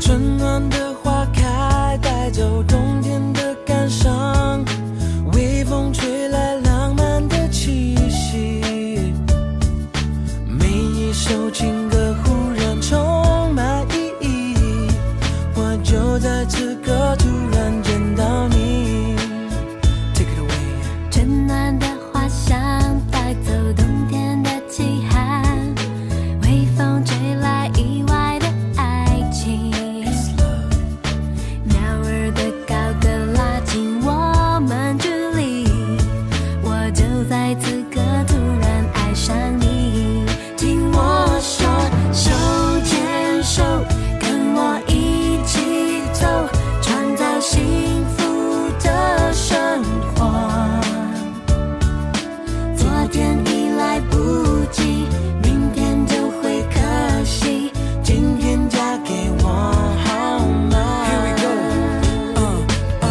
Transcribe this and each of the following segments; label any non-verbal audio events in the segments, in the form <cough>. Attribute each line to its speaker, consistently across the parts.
Speaker 1: 春暖的花开，带走冬天的感伤。微风吹来浪漫的气息，每一首情歌忽然充满意义。我就在此刻突然见到你，Take it away。
Speaker 2: 春暖的花香带走冬天的凄寒，微风吹来意外的爱情，鸟儿的高歌拉近我们距离，我就在此刻突然爱上你。听我说，手牵手，跟我一起走，创造幸福的生活。昨天已来不及，明天就会可惜。
Speaker 1: 今天嫁给我好吗？Here we go，嗯嗯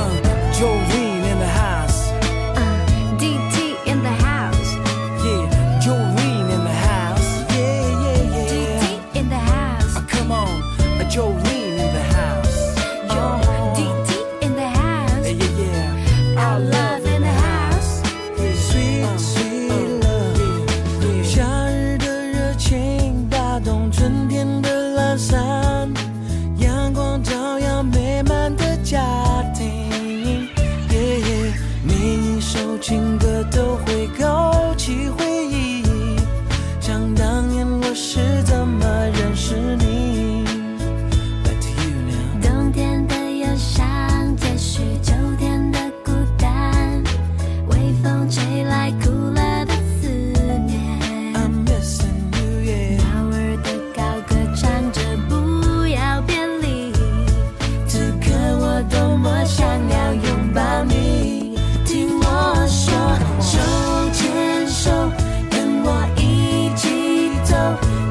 Speaker 1: ，Jolene in the house，yeah，Jolene
Speaker 2: 啊 DT in the house，DT
Speaker 1: in the house，yeah yeah yeah。
Speaker 2: in the house，
Speaker 1: Ah, Come on, a Jolene in the house. Oh,
Speaker 2: DT in the
Speaker 1: yeah,
Speaker 2: house，
Speaker 1: yeah,
Speaker 2: our love in the house。
Speaker 1: yeah. Sweet, sweet love. 夏日的热情打动春天的懒散，阳光照耀美满的家庭。Yeah, yeah. 每一首情歌都会勾起回忆，想当年我是怎么认识你。Back to you now.
Speaker 2: 冬天的忧伤，解释秋天的孤单。微风吹来苦乐的思念。
Speaker 1: I'm missing you, yeah.
Speaker 2: 鸟儿的高歌唱着不要别离，此刻我多么想要拥抱你。听我说，手牵手，跟我一起走，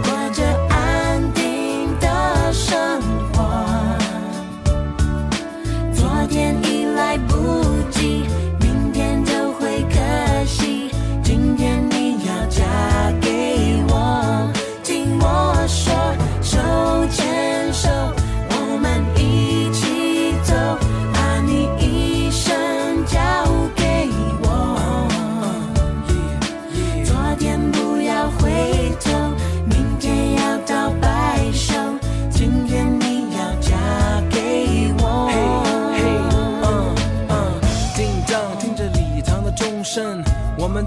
Speaker 2: 过着安定的生活。昨天已来不及，明天就会可惜。今天你要嫁给我，听我说，手牵手，我们一起走，把你一生交给我。昨天不要回头，明天要到白首，今天你要嫁给我。
Speaker 1: 嘿嘿，嗯嗯，叮当，听着礼堂的钟声，我们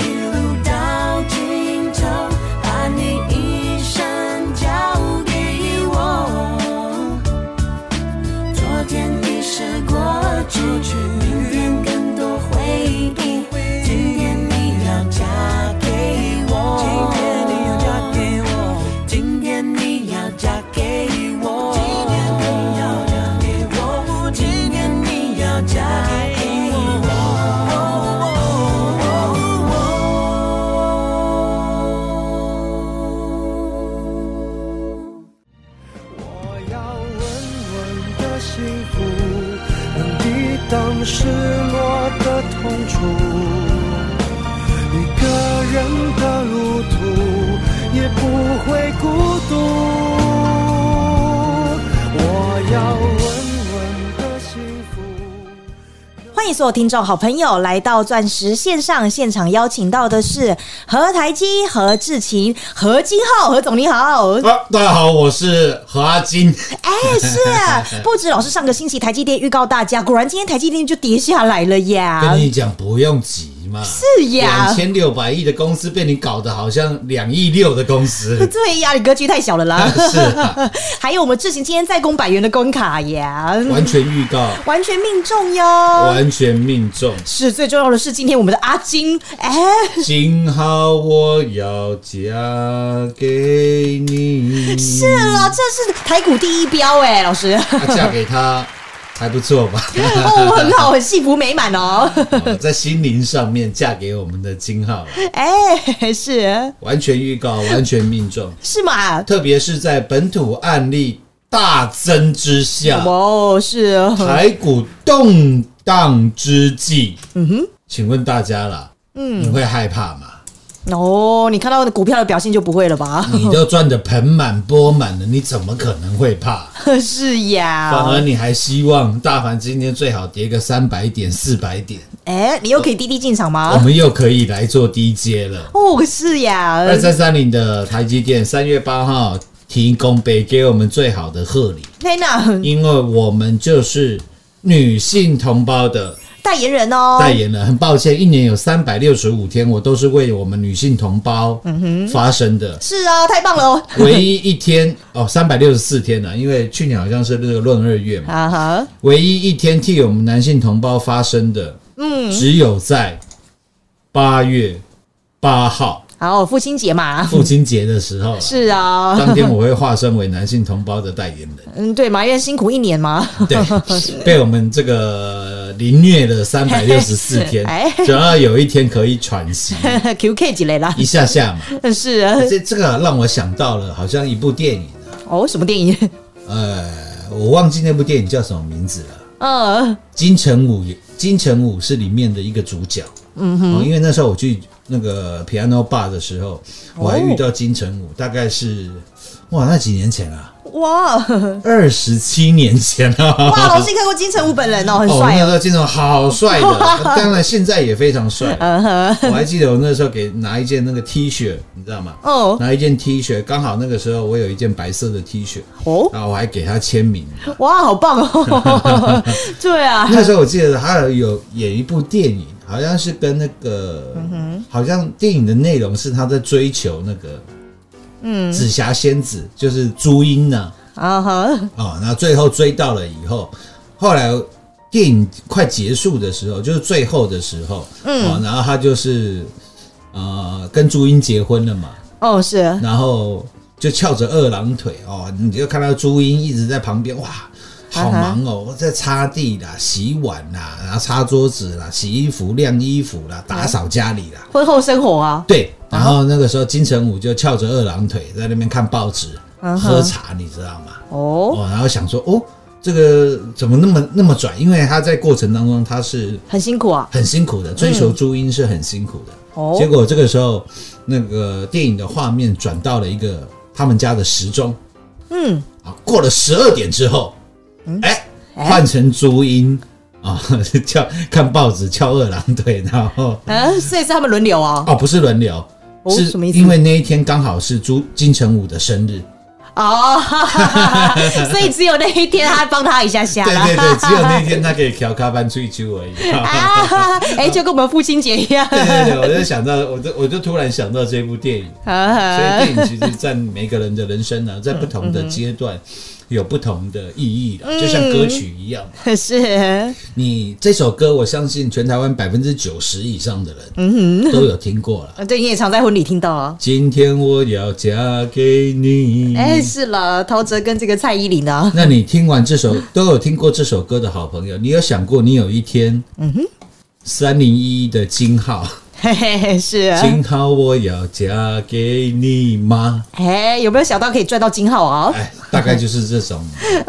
Speaker 2: 一路到尽头，把你一生交给我。昨天已是过去，明天更多回忆。今天你要嫁给我，
Speaker 1: 今天你要嫁给我。
Speaker 2: 今天你要嫁给我，今天你要嫁给我，今天你要嫁给我。
Speaker 1: 我要稳稳的幸福，能抵挡失落的痛楚。一个人的路途也不会孤独。我要稳稳
Speaker 3: 所有听众好朋友来到钻石线上现场，邀请到的是何台基、何志勤、何金浩，何总你
Speaker 4: <laughs>
Speaker 3: 好。
Speaker 4: 啊，大家好，我是何阿金。
Speaker 3: 哎，是啊，不止老师上个星期台积电预告大家，果然今天台积电就跌下来了呀
Speaker 4: 跟，你讲，不用急嘛。
Speaker 3: 是呀。
Speaker 4: 两。千六百亿的公司被你搞得好像两亿六的公司
Speaker 3: <laughs> 对呀，你格局太小了
Speaker 4: <laughs>
Speaker 3: 啦。
Speaker 4: 是啊，
Speaker 3: 还有我们志行今天再攻百元的关卡呀，
Speaker 4: 完全预告，
Speaker 3: 完全命中哟。
Speaker 4: 完全命中。
Speaker 3: 是最重要的是，今天我们的阿金，哎、
Speaker 4: 今后我要嫁给你。
Speaker 3: 是
Speaker 4: 嗯
Speaker 3: 了，这是台股第一标哎、老师，
Speaker 4: 啊嫁给他还不错吧？
Speaker 3: 哦，很好，很幸福美满哦。
Speaker 4: <laughs> 哦在心灵上面嫁给我们的金浩，
Speaker 3: <laughs> 哎、是
Speaker 4: 完全预告，完全命中。
Speaker 3: 是嘛？
Speaker 4: 特别是在本土案例大增之下，
Speaker 3: 哦，是哦
Speaker 4: <laughs> 台股动荡之际，嗯哼，请问大家啦，嗯，你会害怕 <laughs> 吗？
Speaker 3: 哦，你看到股票的表现就不会了吧？
Speaker 4: 你都赚得盆满钵满了，你怎么可能会怕？
Speaker 3: <laughs> 是
Speaker 4: 反而
Speaker 3: 呀，
Speaker 4: 你还希望大盘今天最好跌个三百点、四百点，
Speaker 3: 哎、你又可以滴滴进场
Speaker 4: 我
Speaker 3: 吗？
Speaker 4: 们又可以来做低阶了。
Speaker 3: 哦，是呀，
Speaker 4: 二三三零的台积电，三月八号提供北给我们最好的贺礼，
Speaker 3: 天哪，
Speaker 4: 因为我们就是女性同胞的
Speaker 3: 代言人哦，
Speaker 4: 代言人，很抱歉，一年有三百六十五天，我都是为我们女性同胞发声的。
Speaker 3: 是啊，太棒了哦，
Speaker 4: 唯一一天哦，三百六十四天了、因为去年好像是这个闰二月嘛。
Speaker 3: 啊哈，
Speaker 4: 唯一一天替我们男性同胞发声的，嗯，只有在八月八号
Speaker 3: 好，父亲节嘛，
Speaker 4: 父亲节的时候啦。
Speaker 3: 嗯是啊，
Speaker 4: 当天我会化身为男性同胞的代言
Speaker 3: <laughs>
Speaker 4: 人，
Speaker 3: 嗯，对嘛，因为辛苦一年嘛， <laughs>
Speaker 4: 对，被我们这个凌虐了三百六十四天
Speaker 3: <laughs> 哎，
Speaker 4: 总要有一天可以喘息
Speaker 3: <laughs> QK 几类啦，
Speaker 4: 一下下嘛。
Speaker 3: 是啊，
Speaker 4: 哎这这个让我想到了，好像一部电影啊，
Speaker 3: 哦，什么电影？
Speaker 4: 呃，我忘记那部电影叫什么名字了。
Speaker 3: 嗯，
Speaker 4: 金城武，金城武是里面的一个主角。嗯哼、因为那时候我去那个 Piano Bar 的时
Speaker 3: 哦
Speaker 4: 候，我还遇到金城武，大概是哇，那几年前啊，
Speaker 3: 哇
Speaker 4: 二十七年前啊。 <laughs>
Speaker 3: 哇，老师你看过金城武本人哦，很
Speaker 4: 哦，
Speaker 3: 帅
Speaker 4: 那时
Speaker 3: 哦，
Speaker 4: 候金城武好帅
Speaker 3: <laughs>
Speaker 4: 的，当然现在也非常帅。
Speaker 3: 呃
Speaker 4: 我还记得我那时候给拿一件那个 T 恤，你知道吗？
Speaker 3: 哦
Speaker 4: 拿一件 T 恤，刚好那个时候我有一件白色的 T 恤，
Speaker 3: 哦，
Speaker 4: 然后我还给他签 <laughs> 名。
Speaker 3: 哇，好棒哦， <laughs> 对啊，
Speaker 4: 那时候我记得他有演一部电影，好像是跟那个，好像电影的内容是他在追求那个，嗯，紫霞仙子，就是朱茵呐、
Speaker 3: 啊哈，
Speaker 4: 哦，那最后追到了以后，后来电影快结束的时候，就是最后的时候，嗯，哦、然后他就是呃跟朱茵结婚了嘛，
Speaker 3: 哦 <laughs> 是，
Speaker 4: 然后就翘着二郎腿哦，你就看到朱茵一直在旁边哇。
Speaker 3: 啊
Speaker 4: 好忙哦！我在擦地啦、洗碗啦，然后擦桌子啦、洗衣服、晾衣服啦、
Speaker 3: 嗯
Speaker 4: 打扫家里啦。
Speaker 3: 婚后生活啊，
Speaker 4: 对，然后那个时候金城武就翘着二郎腿在那边看报纸、
Speaker 3: 嗯哼
Speaker 4: 喝茶，你知道吗？
Speaker 3: 哦，
Speaker 4: 哦，然后想说，哦，这个怎么那么那么拽？因为他在过程当中他是
Speaker 3: 很辛苦啊，
Speaker 4: 很辛苦的，追求朱茵是很辛苦的。
Speaker 3: 哦
Speaker 4: 结果这个时候，那个电影的画面转到了一个他们家的时钟
Speaker 3: 嗯，
Speaker 4: 啊，过了十二点之后，哎、换成朱茵啊， <laughs> 翘看报纸翘二郎腿，然后
Speaker 3: 嗯，所以是他们轮流啊，
Speaker 4: 哦，不是轮流。
Speaker 3: 哦
Speaker 4: 是
Speaker 3: 什么意思
Speaker 4: 因为那一天刚好是朱金城武的生日，
Speaker 3: 哦， <laughs> 哈哈哈哈所以只有那一天他帮他一下下
Speaker 4: 对
Speaker 3: 啦，<laughs>
Speaker 4: 对对，只有那一天他可以调咖班追究而已。
Speaker 3: 啊，哎，就跟我们父亲节一样，
Speaker 4: <laughs> 对对对，我就想到，我就我就突然想到这部电影，
Speaker 3: <laughs> 啊
Speaker 4: 所
Speaker 3: 哈
Speaker 4: 以电影其实占每个人的人生啊呢、在不同的阶段有不同的意义了，就像歌曲一样嘛。
Speaker 3: 是，
Speaker 4: 你这首歌，我相信全台湾百分之九十以上的人都有听过了。 <laughs>
Speaker 3: 呃对，你也常在婚礼听到啊。
Speaker 4: 今天我要嫁给你。
Speaker 3: 哎，是了，陶喆跟这个蔡依林的啊， <laughs>
Speaker 4: 那你听完这首都有听过这首歌的好朋友，你有想过你有一天，嗯哼，三零一一的金号，
Speaker 3: 嘿嘿嘿，是啊。
Speaker 4: 金号我要嫁给你吗？
Speaker 3: 哎，有没有想到可以赚到金号啊？
Speaker 4: 哎，大概就是这种
Speaker 3: 对，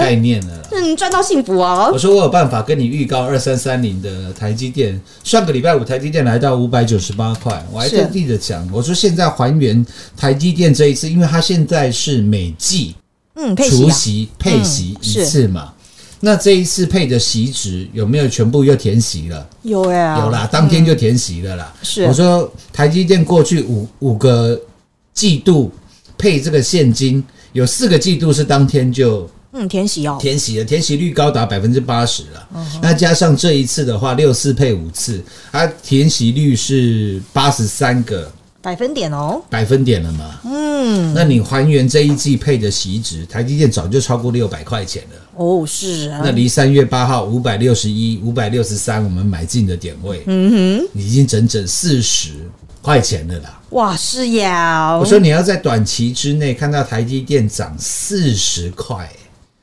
Speaker 4: 概念 <laughs> 了啦。
Speaker 3: 嗯，赚到幸福啊
Speaker 4: 哎我！说我有办法跟你预告二三三零的台积电，上个礼拜五台积电来到五百九十八块，我还
Speaker 3: 是
Speaker 4: 特地的讲，我说现在还原台积电这一次，因为它现在是每季
Speaker 3: 嗯，佩
Speaker 4: 除
Speaker 3: 奇啊，
Speaker 4: 息配息
Speaker 3: 嗯
Speaker 4: 一次嘛，那这一次配的席值有没有全部又填席了？
Speaker 3: 有呀、
Speaker 4: 有啦，当天就填席了啦。
Speaker 3: 啊嗯是
Speaker 4: 我说台积电过去五五个季度配这个现金，有四个季度是当天就
Speaker 3: 嗯，填息哦，嗯
Speaker 4: 填息的，填息率高达百分之八十了。那加上这一次的话，六次配五次，啊，填息率是八十三个
Speaker 3: 百分点哦，
Speaker 4: 百分点了嘛？
Speaker 3: 嗯，
Speaker 4: 那你还原这一季配的息值，台积电早就超过六百块钱了。
Speaker 3: 哦是啊，
Speaker 4: 那离三月八号五百六十一、五百六十三，我们买进的点位，
Speaker 3: 嗯哼，
Speaker 4: 已经整整四十块钱了啦。
Speaker 3: 哇是呀，
Speaker 4: 我说你要在短期之内看到台积电涨四十块，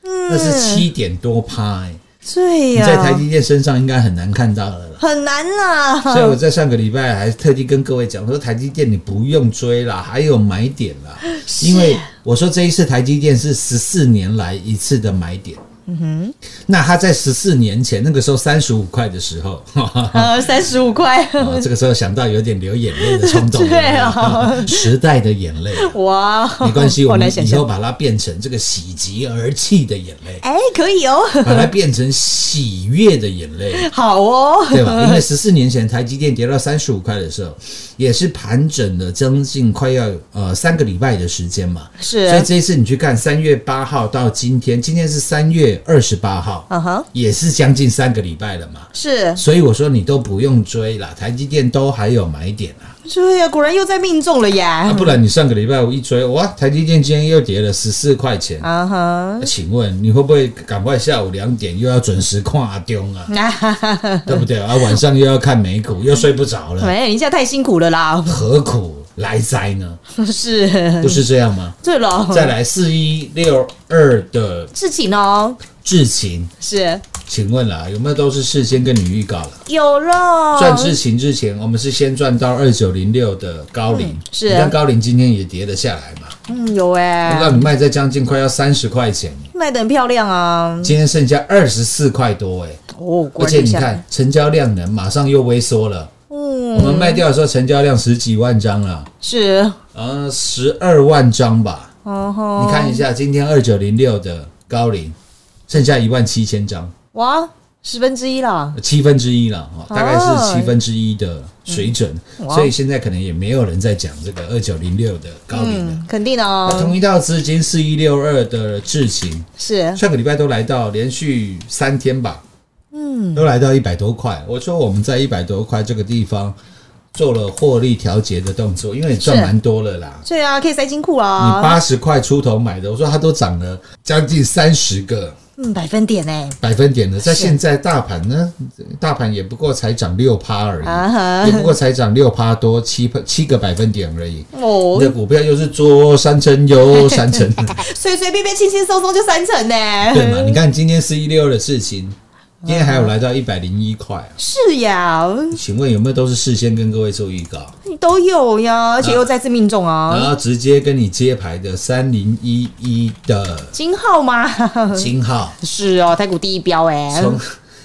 Speaker 3: 嗯
Speaker 4: 那是七点多趴、欸，
Speaker 3: 对
Speaker 4: 你
Speaker 3: 呀、
Speaker 4: 在台积电身上应该很难看到了啦。
Speaker 3: 很难啊呐、
Speaker 4: 所以我在上个礼拜还特地跟各位讲说，台积电你不用追啦，还有买点啦，因为我说这一次台积电是十四年来一次的买点。嗯哼，那它在十四年前那个时候三十五块的时候，哈哈哈
Speaker 3: 呃，三十五块，
Speaker 4: <laughs> 哦这个时候想到有点流眼泪的冲动，
Speaker 3: 对啊
Speaker 4: 有没有 <laughs> 时代的眼泪。
Speaker 3: <laughs> 哇，
Speaker 4: 没关系，我
Speaker 3: 好难
Speaker 4: 们
Speaker 3: 想
Speaker 4: 以
Speaker 3: 象，
Speaker 4: 后把它变成这个喜极而泣的眼泪，
Speaker 3: 哎、可以哦， <laughs>
Speaker 4: 把它变成喜悦的眼泪。
Speaker 3: 好哦，
Speaker 4: <laughs> 对吧？因为十四年前台积电跌到三十五块的时候，也是盘整了将近快要呃三个礼拜的时间嘛。
Speaker 3: 是
Speaker 4: 所以这一次你去看三月八号到今天，今天是三月二十八号，
Speaker 3: 嗯哼，
Speaker 4: 也是将近三个礼拜了嘛。
Speaker 3: 是，
Speaker 4: 所以我说你都不用追啦，台积电都还有买点啊，
Speaker 3: 对呀、果然又在命中了呀，
Speaker 4: 啊不然你上个礼拜我一追，哇，台积电今天又跌了十四块钱。
Speaker 3: 啊哈，
Speaker 4: 请问你会不会赶快下午两点又要准时跨中
Speaker 3: <laughs>
Speaker 4: 啊？
Speaker 3: 那哈哈哈
Speaker 4: 对不对？啊，晚上又要看美股，又睡不着了。
Speaker 3: 哎没，你现在太辛苦了啦， <laughs>
Speaker 4: 何苦来哉呢？
Speaker 3: 是，
Speaker 4: 不是这样吗？
Speaker 3: 对了，
Speaker 4: 再来四一六二的
Speaker 3: 事情哦，
Speaker 4: 智勤，
Speaker 3: 是
Speaker 4: 请问啦，有没有都是事先跟你预告了？
Speaker 3: 有了，
Speaker 4: 赚智勤之前，我们是先赚到二九零六的高龄，
Speaker 3: 嗯是
Speaker 4: 你看高龄今天也跌了下来嘛，
Speaker 3: 嗯，有哎、嗯
Speaker 4: 让你卖在将近快要三十块钱，
Speaker 3: 卖的很漂亮啊，
Speaker 4: 今天剩下二十四块多哎、
Speaker 3: 哦，果
Speaker 4: 而
Speaker 3: 然
Speaker 4: 且
Speaker 3: 有
Speaker 4: 你
Speaker 3: 下来嗯
Speaker 4: 看，成交量能马上又萎缩了，我们卖掉的时候成交量十几万张了，
Speaker 3: 是，
Speaker 4: 呃，十二万张吧，
Speaker 3: 哦吼，
Speaker 4: 你看一下今天二九零六的高龄，剩下一万七千张，
Speaker 3: 哇，十分之一啦，
Speaker 4: 七分之一了，哦大概是
Speaker 3: 哦
Speaker 4: 七分之一的水准，
Speaker 3: 哇
Speaker 4: 所以现在可能也没有人在讲这个二九零六的高龄了。
Speaker 3: 嗯，肯定
Speaker 4: 那
Speaker 3: 哦，
Speaker 4: 同一道资金四一六二的智勤，
Speaker 3: 是，
Speaker 4: 上个礼拜都来到连续三天吧，嗯，都来到一百多块。我说我们在一百多块这个地方做了获利调节的动作，因为你赚
Speaker 3: 是
Speaker 4: 蛮多了啦。
Speaker 3: 对啊，可以塞金库
Speaker 4: 你
Speaker 3: 啊，
Speaker 4: 八十块出头买的，我说它都涨了将近三十个
Speaker 3: 嗯，百分点哎、
Speaker 4: 百分点的，在
Speaker 3: 是
Speaker 4: 现在大盘呢，大盘也不过才涨六趴而
Speaker 3: 啊
Speaker 4: 已，
Speaker 3: 哈
Speaker 4: 也，不过才涨六趴多七七个百分点而已。
Speaker 3: 哦
Speaker 4: 你的，股票又是左三
Speaker 3: <laughs>
Speaker 4: 成右三成，
Speaker 3: 随随便便、轻轻松松就三成呢、
Speaker 4: 对嘛？你看今天四一六二的事情，今天还有来到一百零一块啊，
Speaker 3: 是呀，
Speaker 4: 请问有没有都是事先跟各位做预告，
Speaker 3: 你都有呀，而且又再次命中
Speaker 4: 然
Speaker 3: 啊，
Speaker 4: 后直接跟你揭牌的三零一一的
Speaker 3: 金号吗？
Speaker 4: 金号？
Speaker 3: 是哦，台股第一标哎、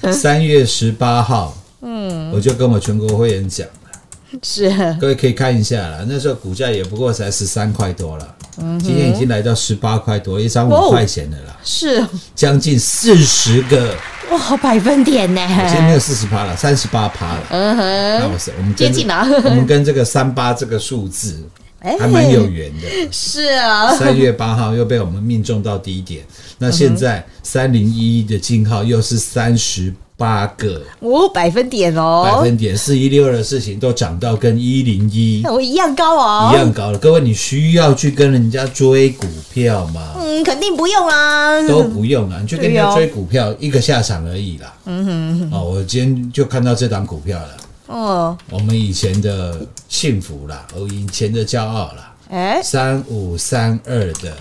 Speaker 4: 从三月十八号，嗯，我就跟我全国会员讲了，
Speaker 3: 是
Speaker 4: 各位可以看一下啦，那时候股价也不过才十三块多了，今天已经来到十八块多，一张
Speaker 3: 嗯哦
Speaker 4: 五块钱的啦，
Speaker 3: 是，
Speaker 4: 将近四十个，
Speaker 3: 哇，百分点呢、
Speaker 4: 今天没有四十趴了，三十八趴了。
Speaker 3: 嗯
Speaker 4: 那
Speaker 3: 哼，
Speaker 4: 我是我们
Speaker 3: 接
Speaker 4: 跟
Speaker 3: 近了
Speaker 4: <laughs> 我们跟这个三八这个数字
Speaker 3: 哎
Speaker 4: 还蛮有缘
Speaker 3: <laughs>
Speaker 4: 的。
Speaker 3: 是啊，
Speaker 4: 三月八号又被我们命中到低点，那现在三零一一的金号又是三十八个。
Speaker 3: 哦，百分点
Speaker 4: 百
Speaker 3: 哦，
Speaker 4: 分点四一六二的事情都涨到跟一零一
Speaker 3: 哎
Speaker 4: 一
Speaker 3: 那我一样高哦，
Speaker 4: 样高了。各位，你需要去跟人家追股票吗？
Speaker 3: 嗯，肯定不用啊，
Speaker 4: 都不用了，你去跟人
Speaker 3: 对
Speaker 4: 家
Speaker 3: 哦
Speaker 4: 追股票，一个下场而已啦。嗯哼哦，我今天就看到这档股票了，
Speaker 3: 嗯，
Speaker 4: 我们以前的幸福啦，我以前的骄傲啦，
Speaker 3: 哎、
Speaker 4: 三五三二的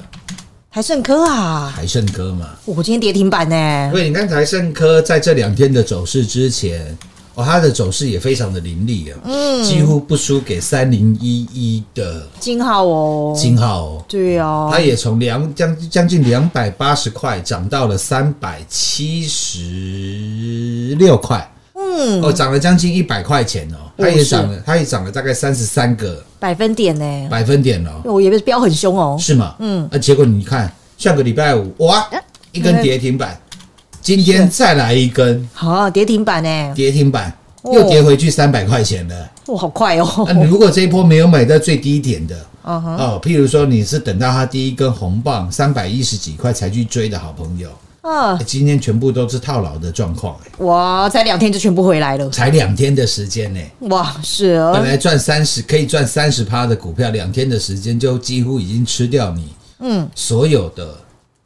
Speaker 3: 台盛科啊，
Speaker 4: 台盛科嘛。
Speaker 3: 我今天跌停板呢、
Speaker 4: 所以你看台盛科在这两天的走势之前，哦，它的走势也非常的凌厉啊，嗯，几乎不输给三零一一的
Speaker 3: 金号哦，
Speaker 4: 金浩哦，
Speaker 3: 对哦，
Speaker 4: 它也从两将将近两百八十块涨到了三百七十六块，嗯，哦，涨了将近一百块钱哦，它也涨了，它也涨了大概三十三个
Speaker 3: 百分点呢、
Speaker 4: 百分点哦，
Speaker 3: 我也被标很凶哦，嗯
Speaker 4: 是吗？嗯，啊，结果你看上个礼拜五哇，一根跌停板，今天再来一根
Speaker 3: 好、跌停板呢？
Speaker 4: 跌停板，
Speaker 3: 哦
Speaker 4: 又跌回去三百块钱了。
Speaker 3: 哇，好快
Speaker 4: 那你
Speaker 3: 哦！
Speaker 4: 如果这一波哎没有买在最低点的，
Speaker 3: 嗯哼
Speaker 4: 哦，譬如说你是等到它第一根红棒三百一十几块才去追的好朋友，
Speaker 3: 啊
Speaker 4: 哎，今天全部都是套牢的状况，哎
Speaker 3: 哇，才两天就全部回来了。
Speaker 4: 才两天的时间呢。
Speaker 3: 哇，是
Speaker 4: 本
Speaker 3: 哦，
Speaker 4: 来赚三十可以赚三十趴的股票，两天的时间就几乎已经吃掉你
Speaker 3: 嗯
Speaker 4: 所有的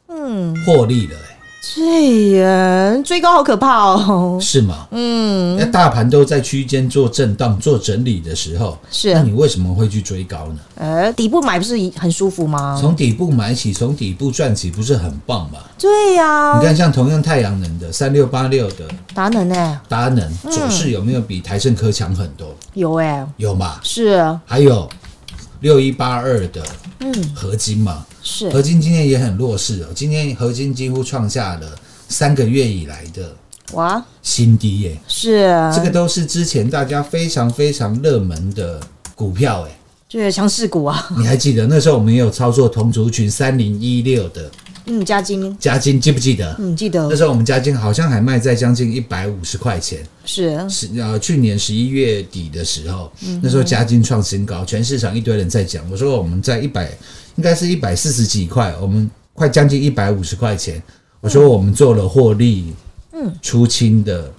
Speaker 3: 嗯，
Speaker 4: 获利了、哎
Speaker 3: 这人追高好可怕哦。
Speaker 4: 是吗？
Speaker 3: 嗯，
Speaker 4: 那大盘都在区间做震荡、做整理的时候，
Speaker 3: 是
Speaker 4: 那你为什么会去追高呢？
Speaker 3: 呃，底部买不是很舒服吗？
Speaker 4: 从底部买起，从底部赚起，不是很棒吗？
Speaker 3: 对呀、
Speaker 4: 你看，像同样太阳能的三六八六的
Speaker 3: 达能呢？
Speaker 4: 达能
Speaker 3: 嗯
Speaker 4: 走势有没有比台盛科强很多？
Speaker 3: 有哎、
Speaker 4: 有嘛？
Speaker 3: 是
Speaker 4: 还有六一八二的合金嘛？合
Speaker 3: 是
Speaker 4: 金今天也很弱势哦，今天合金几乎创下了三个月以来的
Speaker 3: 哇，
Speaker 4: 新低耶、
Speaker 3: 是
Speaker 4: 这个都是之前大家非常非常热门的股票哎、
Speaker 3: 就是强势股啊，
Speaker 4: 你还记得那时候我们也有操作同族群三零一六的
Speaker 3: 嗯，加金，
Speaker 4: 嘉金，记不记得？
Speaker 3: 嗯，记得
Speaker 4: 那时候我们嘉金好像还卖在将近一百五十块钱，
Speaker 3: 是
Speaker 4: 是呃去年十一月底的时候，那时候嘉金创新高，全市场一堆人在讲，我说我们在一百应该是一百四十几块，我们快将近一百五十块钱，我说我们做了获利嗯出清的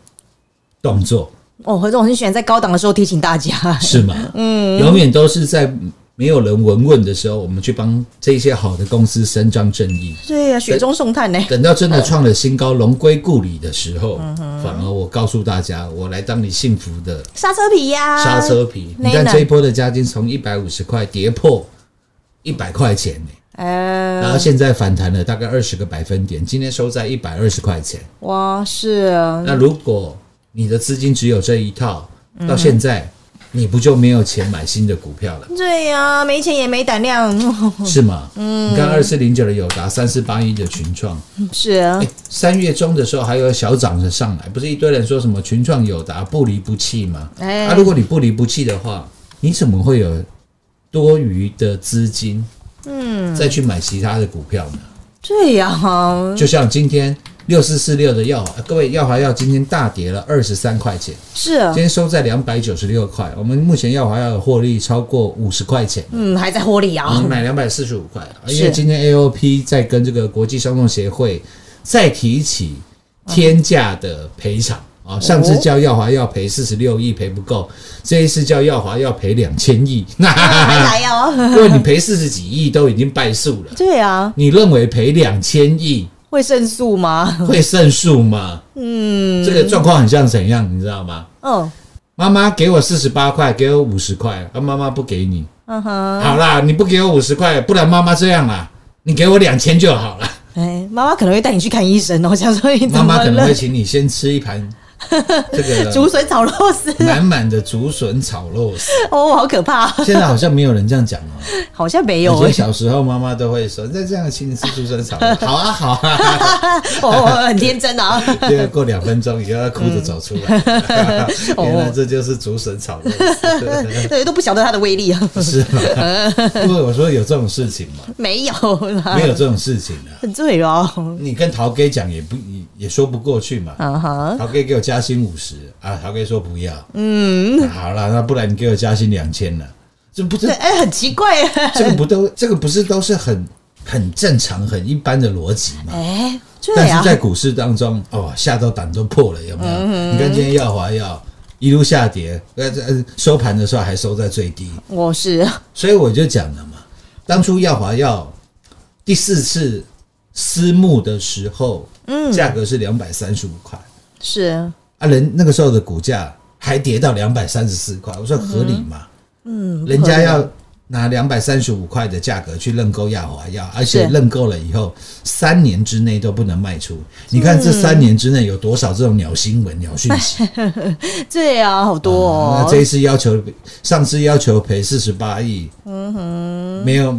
Speaker 4: 动作
Speaker 3: 哦，何总很喜欢在高档的时候提醒大
Speaker 4: <laughs>
Speaker 3: 家，
Speaker 4: 是吗？嗯，永远都是在没有人闻问的时候，我们去帮这些好的公司伸张正义。
Speaker 3: 对呀、啊雪中送炭呢、
Speaker 4: 等到真的创了新高，龙归故里的时候，反而我告诉大家，我来当你幸福的
Speaker 3: 刹车皮呀、
Speaker 4: 刹车皮。
Speaker 3: 那
Speaker 4: 你看这一波的加金从一百五十块跌破一百块钱呢、然后
Speaker 3: 呃，
Speaker 4: 现在反弹了大概二十个百分点，今天收在一百二十块钱。
Speaker 3: 哇，是
Speaker 4: 那如果你的资金只有这一套，到现在你不就没有钱买新的股票了，
Speaker 3: 对呀、没钱也没胆量， <laughs>
Speaker 4: 是吗？嗯，你看二四零九的友达，三四八一的群创，
Speaker 3: 是
Speaker 4: 哎三月中的时候还有小涨的上来，不是一堆人说什么群创友达不离不弃吗？
Speaker 3: 哎
Speaker 4: 啊，如果你不离不弃的话，你怎么会有多余的资金？嗯，再去买其他的股票呢？
Speaker 3: 对呀、嗯
Speaker 4: 就像今天六四四六的药华，啊各位药华药今天大跌了二十三块钱，
Speaker 3: 是
Speaker 4: 今天收在两百九十六块。我们目前药华药的获利超过五十块钱，
Speaker 3: 嗯，还在获利啊
Speaker 4: 我，们买两百四十五块，啊
Speaker 3: 是
Speaker 4: 因为今天 AOP 在跟这个国际商仲协会再提起天价的赔偿啊，上次叫耀华要赔四十六亿赔不够，这一次叫耀华要赔两千亿，
Speaker 3: <laughs> 还
Speaker 4: <laughs>
Speaker 3: 来哦，
Speaker 4: 因为你赔四十几亿都已经败诉了，
Speaker 3: <laughs> 对啊，
Speaker 4: 你认为赔两千亿
Speaker 3: 会胜诉吗？ <laughs>
Speaker 4: 会胜诉吗？
Speaker 3: 嗯，
Speaker 4: 这个状况很像怎样，你知道吗？
Speaker 3: 嗯
Speaker 4: 妈妈给我四十八块，给我五十块，啊，妈妈不给你，
Speaker 3: 嗯哼，
Speaker 4: 好啦，你不给我五十块，不然妈妈这样啦，你给我两千就好了。
Speaker 3: 哎，妈妈可能会带你去看医生哦，我想 <laughs> 说你怎
Speaker 4: 妈
Speaker 3: 么
Speaker 4: 妈可能
Speaker 3: 了 <laughs>
Speaker 4: 会？请你先吃一盘这
Speaker 3: 竹
Speaker 4: 个
Speaker 3: 笋炒肉丝，
Speaker 4: 满满的竹笋炒肉
Speaker 3: <laughs>
Speaker 4: 丝。
Speaker 3: 哦，好可怕， <laughs>
Speaker 4: 现在好像没有人这样讲哦。
Speaker 3: 好像没有
Speaker 4: 以
Speaker 3: 哎
Speaker 4: 前，小时候妈妈都会说：“再这样请你吃竹笋炒
Speaker 3: <laughs>
Speaker 4: 肉，好啊好啊。
Speaker 3: 哦，很天真
Speaker 4: <laughs>
Speaker 3: 啊，”
Speaker 4: 结果过两分钟以后，她哭着走出 <laughs> 来。
Speaker 3: 哦
Speaker 4: 原来这就是竹笋炒肉
Speaker 3: 对，都不晓得它的威力啊，
Speaker 4: <laughs>
Speaker 3: <laughs>
Speaker 4: 丝，是吗？因为我说有这种事情嘛，
Speaker 3: 没有啦，
Speaker 4: 没有这种事情啊。
Speaker 3: 对哦，
Speaker 4: 你跟陶哥讲也不也也说不过去嘛。
Speaker 3: 嗯哼，
Speaker 4: 陶哥给我加薪五十啊，陶哥说不要，嗯，好了，那不然你给我加薪两千了，这不是
Speaker 3: 对，哎，很奇怪哎，
Speaker 4: 这个不都这个不是都是很很正常很一般的逻辑吗？
Speaker 3: <laughs> 哎，对
Speaker 4: 但是
Speaker 3: 啊，
Speaker 4: 在股市当中，哦，吓到胆都破了，有没有？
Speaker 3: 嗯
Speaker 4: 你看今天耀华耀一路下跌，呃，呃收盘的时候还收在最低，
Speaker 3: 我是
Speaker 4: 所以我就讲了嘛，当初耀华耀第四次私募的时候，嗯，价格是两百三十五块。
Speaker 3: 是，
Speaker 4: 啊，人那个时候的股价还跌到两百三十四块，我说合理吗？嗯，人家要拿两百三十五块的价格去认购亚华药，而且
Speaker 3: 是
Speaker 4: 认购了以后三年之内都不能卖出。你看这三年之内有多少这种鸟新闻、鸟讯息？
Speaker 3: 对啊，好多
Speaker 4: 啊
Speaker 3: 哦
Speaker 4: 那，这一次要求，上次要求赔四十八亿，嗯哼，没有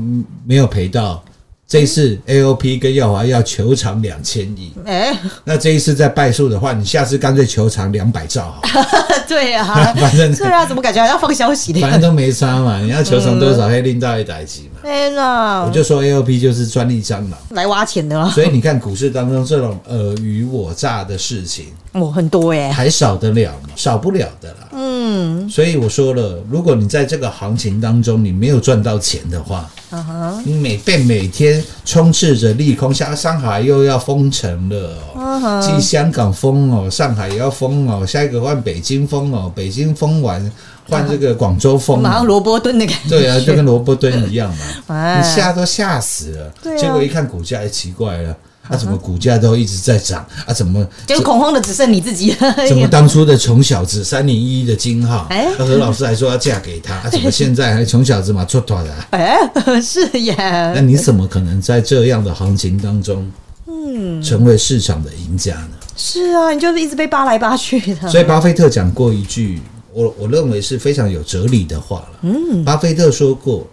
Speaker 4: 没有赔到，这一次 AOP 跟耀华要球场两千亿，
Speaker 3: 哎、
Speaker 4: 那这一次再败诉的话，你下次干脆球场两百兆好了，
Speaker 3: 对啊，
Speaker 4: <laughs> 反正
Speaker 3: 对啊，怎么感觉好像放消息
Speaker 4: <laughs> 反正
Speaker 3: 的？
Speaker 4: 都没差嘛，你要球场多少会另到一台机嘛。
Speaker 3: 天哪，
Speaker 4: 我就说 AOP 就是专利蟑螂，
Speaker 3: 来挖钱的啊，
Speaker 4: 所以你看股市当中这种尔虞我诈的事情，
Speaker 3: 我、很多哎耶、
Speaker 4: 还少得了吗？少不了的啦。
Speaker 3: 嗯，
Speaker 4: 所以我说了，如果你在这个行情当中你没有赚到钱的话，
Speaker 3: 啊哈，
Speaker 4: 你每被每天充斥着利空，像上海又要封城了
Speaker 3: 嗯
Speaker 4: 哦
Speaker 3: 哼，
Speaker 4: 继香港封哦，上海也要封哦，下一个换北京封哦，北京封完换这个广州封
Speaker 3: 马上
Speaker 4: 哦，
Speaker 3: 萝卜蹲的感觉，
Speaker 4: 对啊，就跟萝卜蹲一样嘛，
Speaker 3: <laughs> 哎
Speaker 4: 你吓都吓死了
Speaker 3: 对，啊
Speaker 4: 结果一看股价，哎，奇怪了，啊，怎么股价都一直在涨啊？怎么
Speaker 3: 就恐慌的只剩你自己了。
Speaker 4: 怎么当初的穷小子三零一的金号，
Speaker 3: 哎
Speaker 4: 啊何老师还说要嫁给
Speaker 3: <laughs>
Speaker 4: 他，啊怎么现在还穷小子嘛，错妥的啊？
Speaker 3: <laughs> 哎、是耶，
Speaker 4: 那你怎么可能在这样的行情当中，嗯，成为市场的赢家呢？
Speaker 3: 是啊，你就是一直被扒来扒去的。
Speaker 4: 所以巴菲特讲过一句，我我认为是非常有哲理的话了。嗯，巴菲特说过，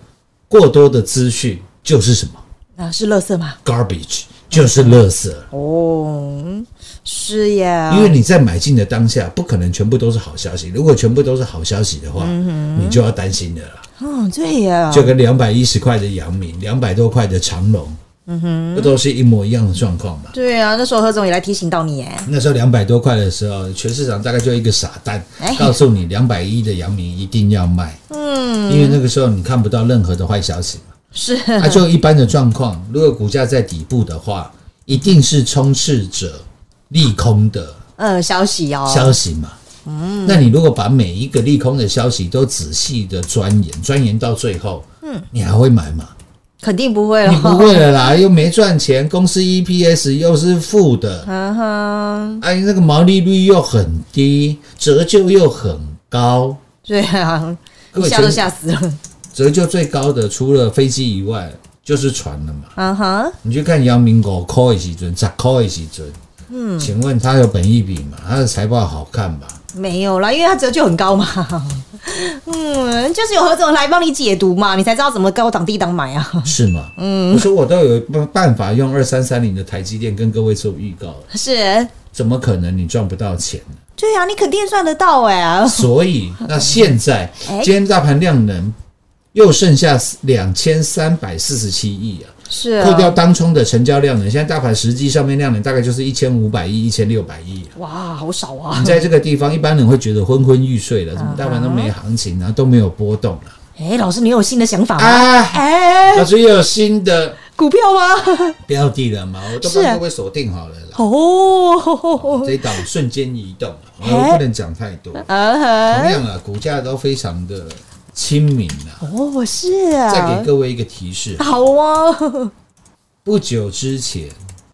Speaker 4: 过多的资讯就是什么
Speaker 3: 啊，是垃圾嘛？
Speaker 4: garbage，就是垃圾。
Speaker 3: 哦，是耶，
Speaker 4: 因为你在买进的当下，不可能全部都是好消息。如果全部都是好消息的话，你就要担心的了。
Speaker 3: 嗯，对耶，
Speaker 4: 就跟两百一十块的阳明，两百多块的长隆，嗯哼，不都是一模一样的状况嘛？
Speaker 3: 对啊，那时候何总也来提醒到你耶，
Speaker 4: 那时候两百多块的时候，全市场大概就一个傻蛋
Speaker 3: 哎，
Speaker 4: 告诉你两百一的阳明一定要卖，嗯，因为那个时候你看不到任何的坏消息嘛，
Speaker 3: 是
Speaker 4: 它、就一般的状况，如果股价在底部的话，一定是充斥着利空的
Speaker 3: 嗯，消息哦，
Speaker 4: 消息嘛。嗯，那你如果把每一个利空的消息都仔细的钻研，钻研到最后，嗯，你还会买
Speaker 3: <laughs>
Speaker 4: 吗？
Speaker 3: 肯定不会了，哦
Speaker 4: 你不会了啦，又没赚钱，公司 EPS 又是负的，
Speaker 3: 嗯哼，
Speaker 4: 哎，那个毛利率又很低，折旧又很高，
Speaker 3: 对啊，
Speaker 4: 各
Speaker 3: 一
Speaker 4: 位
Speaker 3: 吓都
Speaker 4: 全
Speaker 3: 吓死了，
Speaker 4: 折旧最高的除了飞机以外就是船了嘛。
Speaker 3: 嗯哼，
Speaker 4: 你去看阳明五块的时阵，十块的时阵，嗯，请问它有本益比吗？它的财报好看吧？
Speaker 3: 没有啦，因为它折旧很高嘛，嗯，就是有何总来帮你解读嘛，你才知道怎么高档低档买啊，
Speaker 4: 是吗？嗯，我说我都有办办法用二三三零的台积电跟各位做预告了，
Speaker 3: 是，
Speaker 4: 怎么可能你赚不到钱呢？
Speaker 3: 对啊，你肯定赚得到哎，
Speaker 4: 所以，那现在
Speaker 3: 哎
Speaker 4: 今天大盘量能又剩下两千三百四十七亿啊，
Speaker 3: 是
Speaker 4: 扣掉
Speaker 3: 啊，
Speaker 4: 当冲的成交量能，现在大盘实际上面量能大概就是一千五百亿、一千六百亿啊。
Speaker 3: 哇，好少啊
Speaker 4: 你，在这个地方，一般人会觉得昏昏欲睡了，怎么大盘都没行情啊，都没有波动了
Speaker 3: 哎，老师，你有新的想法吗？
Speaker 4: 啊？
Speaker 3: 哎，
Speaker 4: 老师又有新的
Speaker 3: 股票
Speaker 4: <laughs>
Speaker 3: 吗？
Speaker 4: 标的了嘛？我都
Speaker 3: 是啊
Speaker 4: 帮各位锁定好了啦。
Speaker 3: 哦，
Speaker 4: 这一档瞬间移动啊，
Speaker 3: 哎
Speaker 4: 我不能讲太多。
Speaker 3: 嗯
Speaker 4: 同
Speaker 3: 哼，
Speaker 4: 样啊，股价都非常的亲民啊。
Speaker 3: 哦，是啊，
Speaker 4: 再给各位一个提示，
Speaker 3: 好哦， <laughs>
Speaker 4: 不久之前，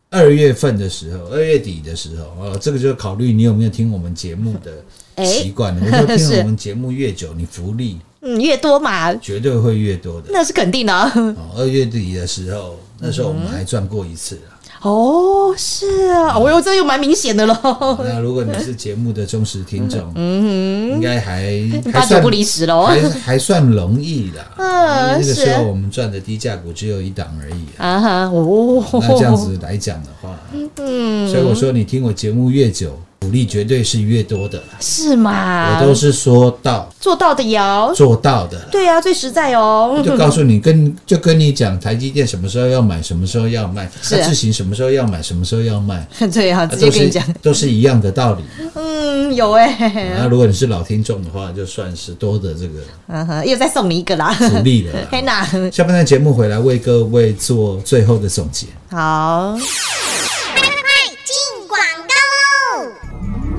Speaker 4: 二月份的时候，二月底的时候，哦，这个就考虑你有没有听我们节目的
Speaker 3: 哎
Speaker 4: 习惯了。我说
Speaker 3: <laughs>
Speaker 4: 听
Speaker 3: 是
Speaker 4: 我们节目越久，你福利
Speaker 3: 嗯，越多嘛，
Speaker 4: 绝对会越多的。
Speaker 3: 那是肯定的啊。
Speaker 4: 哦，二月底的时候，那时候我们还赚过一次啊。
Speaker 3: 哦，是啊，我又这又蛮明显的喽，
Speaker 4: 那如果你是节目的忠实听众，应该还
Speaker 3: 嗯八
Speaker 4: 还
Speaker 3: 九
Speaker 4: 算
Speaker 3: 不离十喽。
Speaker 4: 还还算容易啦。
Speaker 3: 哦嗯
Speaker 4: 因为那个时
Speaker 3: 是
Speaker 4: 候我们赚的低价股只有一档而已啊、
Speaker 3: <laughs> 啊哈，哦，
Speaker 4: 那这样子来讲的话，嗯，所以我说你听我节目越久，鼓励绝对是越多的啦。
Speaker 3: 是嘛？
Speaker 4: 我都是说到
Speaker 3: 做到的哟。
Speaker 4: 做到的啦，
Speaker 3: 对啊，最实在哦。
Speaker 4: 就告诉你跟就跟你讲，台积电什么时候要买，什么时候要卖，
Speaker 3: 是
Speaker 4: 那自行什么时候要买，什么时候要卖，
Speaker 3: <laughs> 对啊，
Speaker 4: 那
Speaker 3: 直接
Speaker 4: 都
Speaker 3: 跟你
Speaker 4: 是
Speaker 3: 讲，
Speaker 4: 都是一样的道理。
Speaker 3: 嗯，有哎、 <laughs>
Speaker 4: 那如果你是老听众的话，就算是多的这个
Speaker 3: 嗯哼，又再送你一个啦。
Speaker 4: 福利了
Speaker 3: <laughs>
Speaker 4: 啦。
Speaker 3: 天哪，
Speaker 4: 下半段节目回来为各位做最后的总结。
Speaker 3: 好，
Speaker 5: 进广告喽！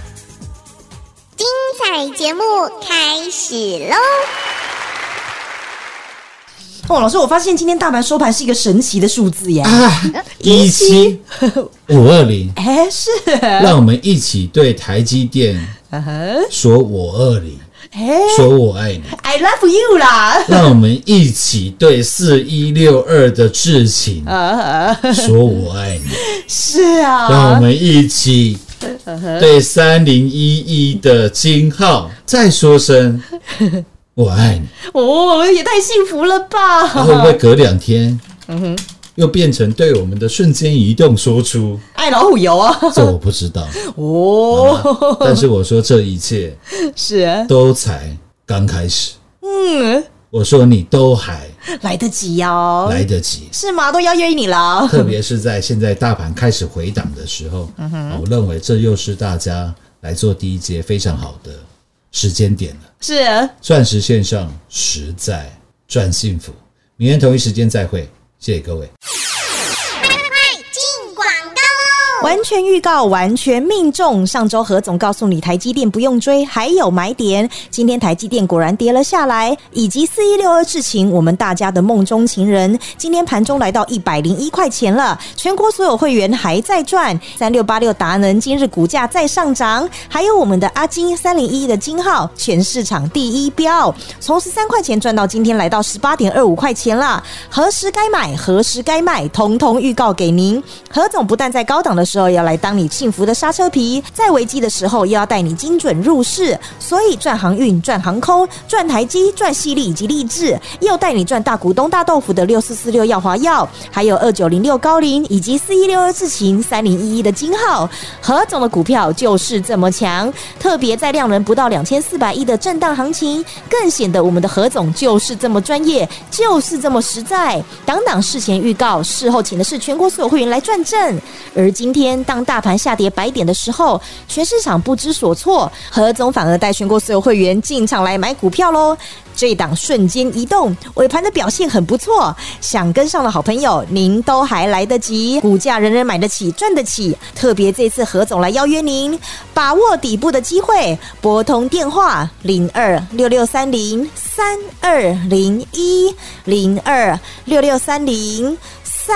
Speaker 5: 精彩节目开始喽！
Speaker 3: 哦，老师，我发现今天大盘收盘是一个神奇的数字耶！
Speaker 4: 啊， <laughs> 一七五二零，
Speaker 3: 哎、是，
Speaker 4: 让我们一起对台积电
Speaker 3: 嗯哼
Speaker 4: 说“我二零
Speaker 3: 哎、”，
Speaker 4: 说我爱你。
Speaker 3: i love you 啦！
Speaker 4: 让我们一起对四一六二的智勤
Speaker 3: 啊，
Speaker 4: 说“我爱你
Speaker 3: 是”，
Speaker 4: 让我
Speaker 3: 啊，
Speaker 4: 们一起对三零一一的金浩再说声“我爱你
Speaker 3: 哦，也太幸福了”。吧！
Speaker 4: 会不会隔两天，又变成对我们的瞬间移动说出
Speaker 3: <laughs> 爱老虎油啊！
Speaker 4: “这我不知道
Speaker 3: 哦，”，
Speaker 4: 但是我说这一切
Speaker 3: 是，
Speaker 4: <laughs> 都才刚开始。
Speaker 3: 嗯，
Speaker 4: 我说你都还
Speaker 3: 来得及哦，
Speaker 4: 来得及。
Speaker 3: 是吗？都邀约你了，
Speaker 4: 特别是在现在大盘开始回档的时候，哦我认为这又是大家来做第一节非常好的时间点了。
Speaker 3: 是，
Speaker 4: 钻石线上实在赚幸福，明天同一时间再会，谢谢各位。
Speaker 5: 进广告
Speaker 3: 完全预告，完全命中。上周何总告诉你，台积电不用追，还有买点。今天台积电果然跌了下来，以及四一六二智情，我们大家的梦中情人，今天盘中来到一百零一块钱了。全国所有会员还在赚，三六八六达能今日股价再上涨，还有我们的阿金三零一的金号，全市场第一标，从十三块钱赚到今天来到十八点二五块钱啦。何时该买，何时该卖，通通预告给您。何总不但在高档的时候要来当你幸福的刹车皮，在危机的时候又要带你精准入市，所以赚航运、赚航空、赚台积、赚犀利以及励志，又带你赚大股东大豆腐的六四四六耀华药，还有二九零六高瓴以及四一六二智勤、三零一一的金号。何总的股票就是这么强，特别在量能不到两千四百亿的震荡行情，更显得我们的何总就是这么专业，就是这么实在。档档事前预告，事后请的是全国所有会员来转正。而今天当大盘下跌百点的时候，全市场不知所措，何总反而带全国所有会员进场来买股票喽。这一档瞬间移动，尾盘的表现很不错，想跟上的好朋友，您都还来得及，股价人人买得起，赚得起。特别这次何总来邀约您，把握底部的机会，拨通电话零二六六三零三二零一零二六六三零三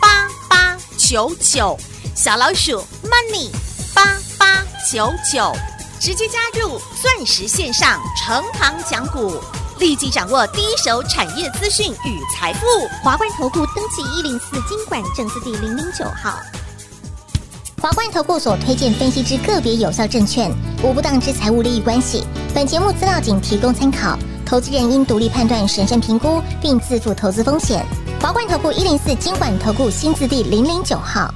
Speaker 6: 八八九九，小老鼠 Money 八八九九，直接加入钻石线上成行讲股，立即掌握第一手产业资讯与财富。
Speaker 5: 华冠投顾登记一零四经管证字第零零九号。华冠投顾所推荐分析之个别有效证券，无不当之财务利益关系。本节目资料仅提供参考，投资人应独立判断、审慎评估，并自负投资风险。华冠投顾一零四经管投顾新字第零零九号。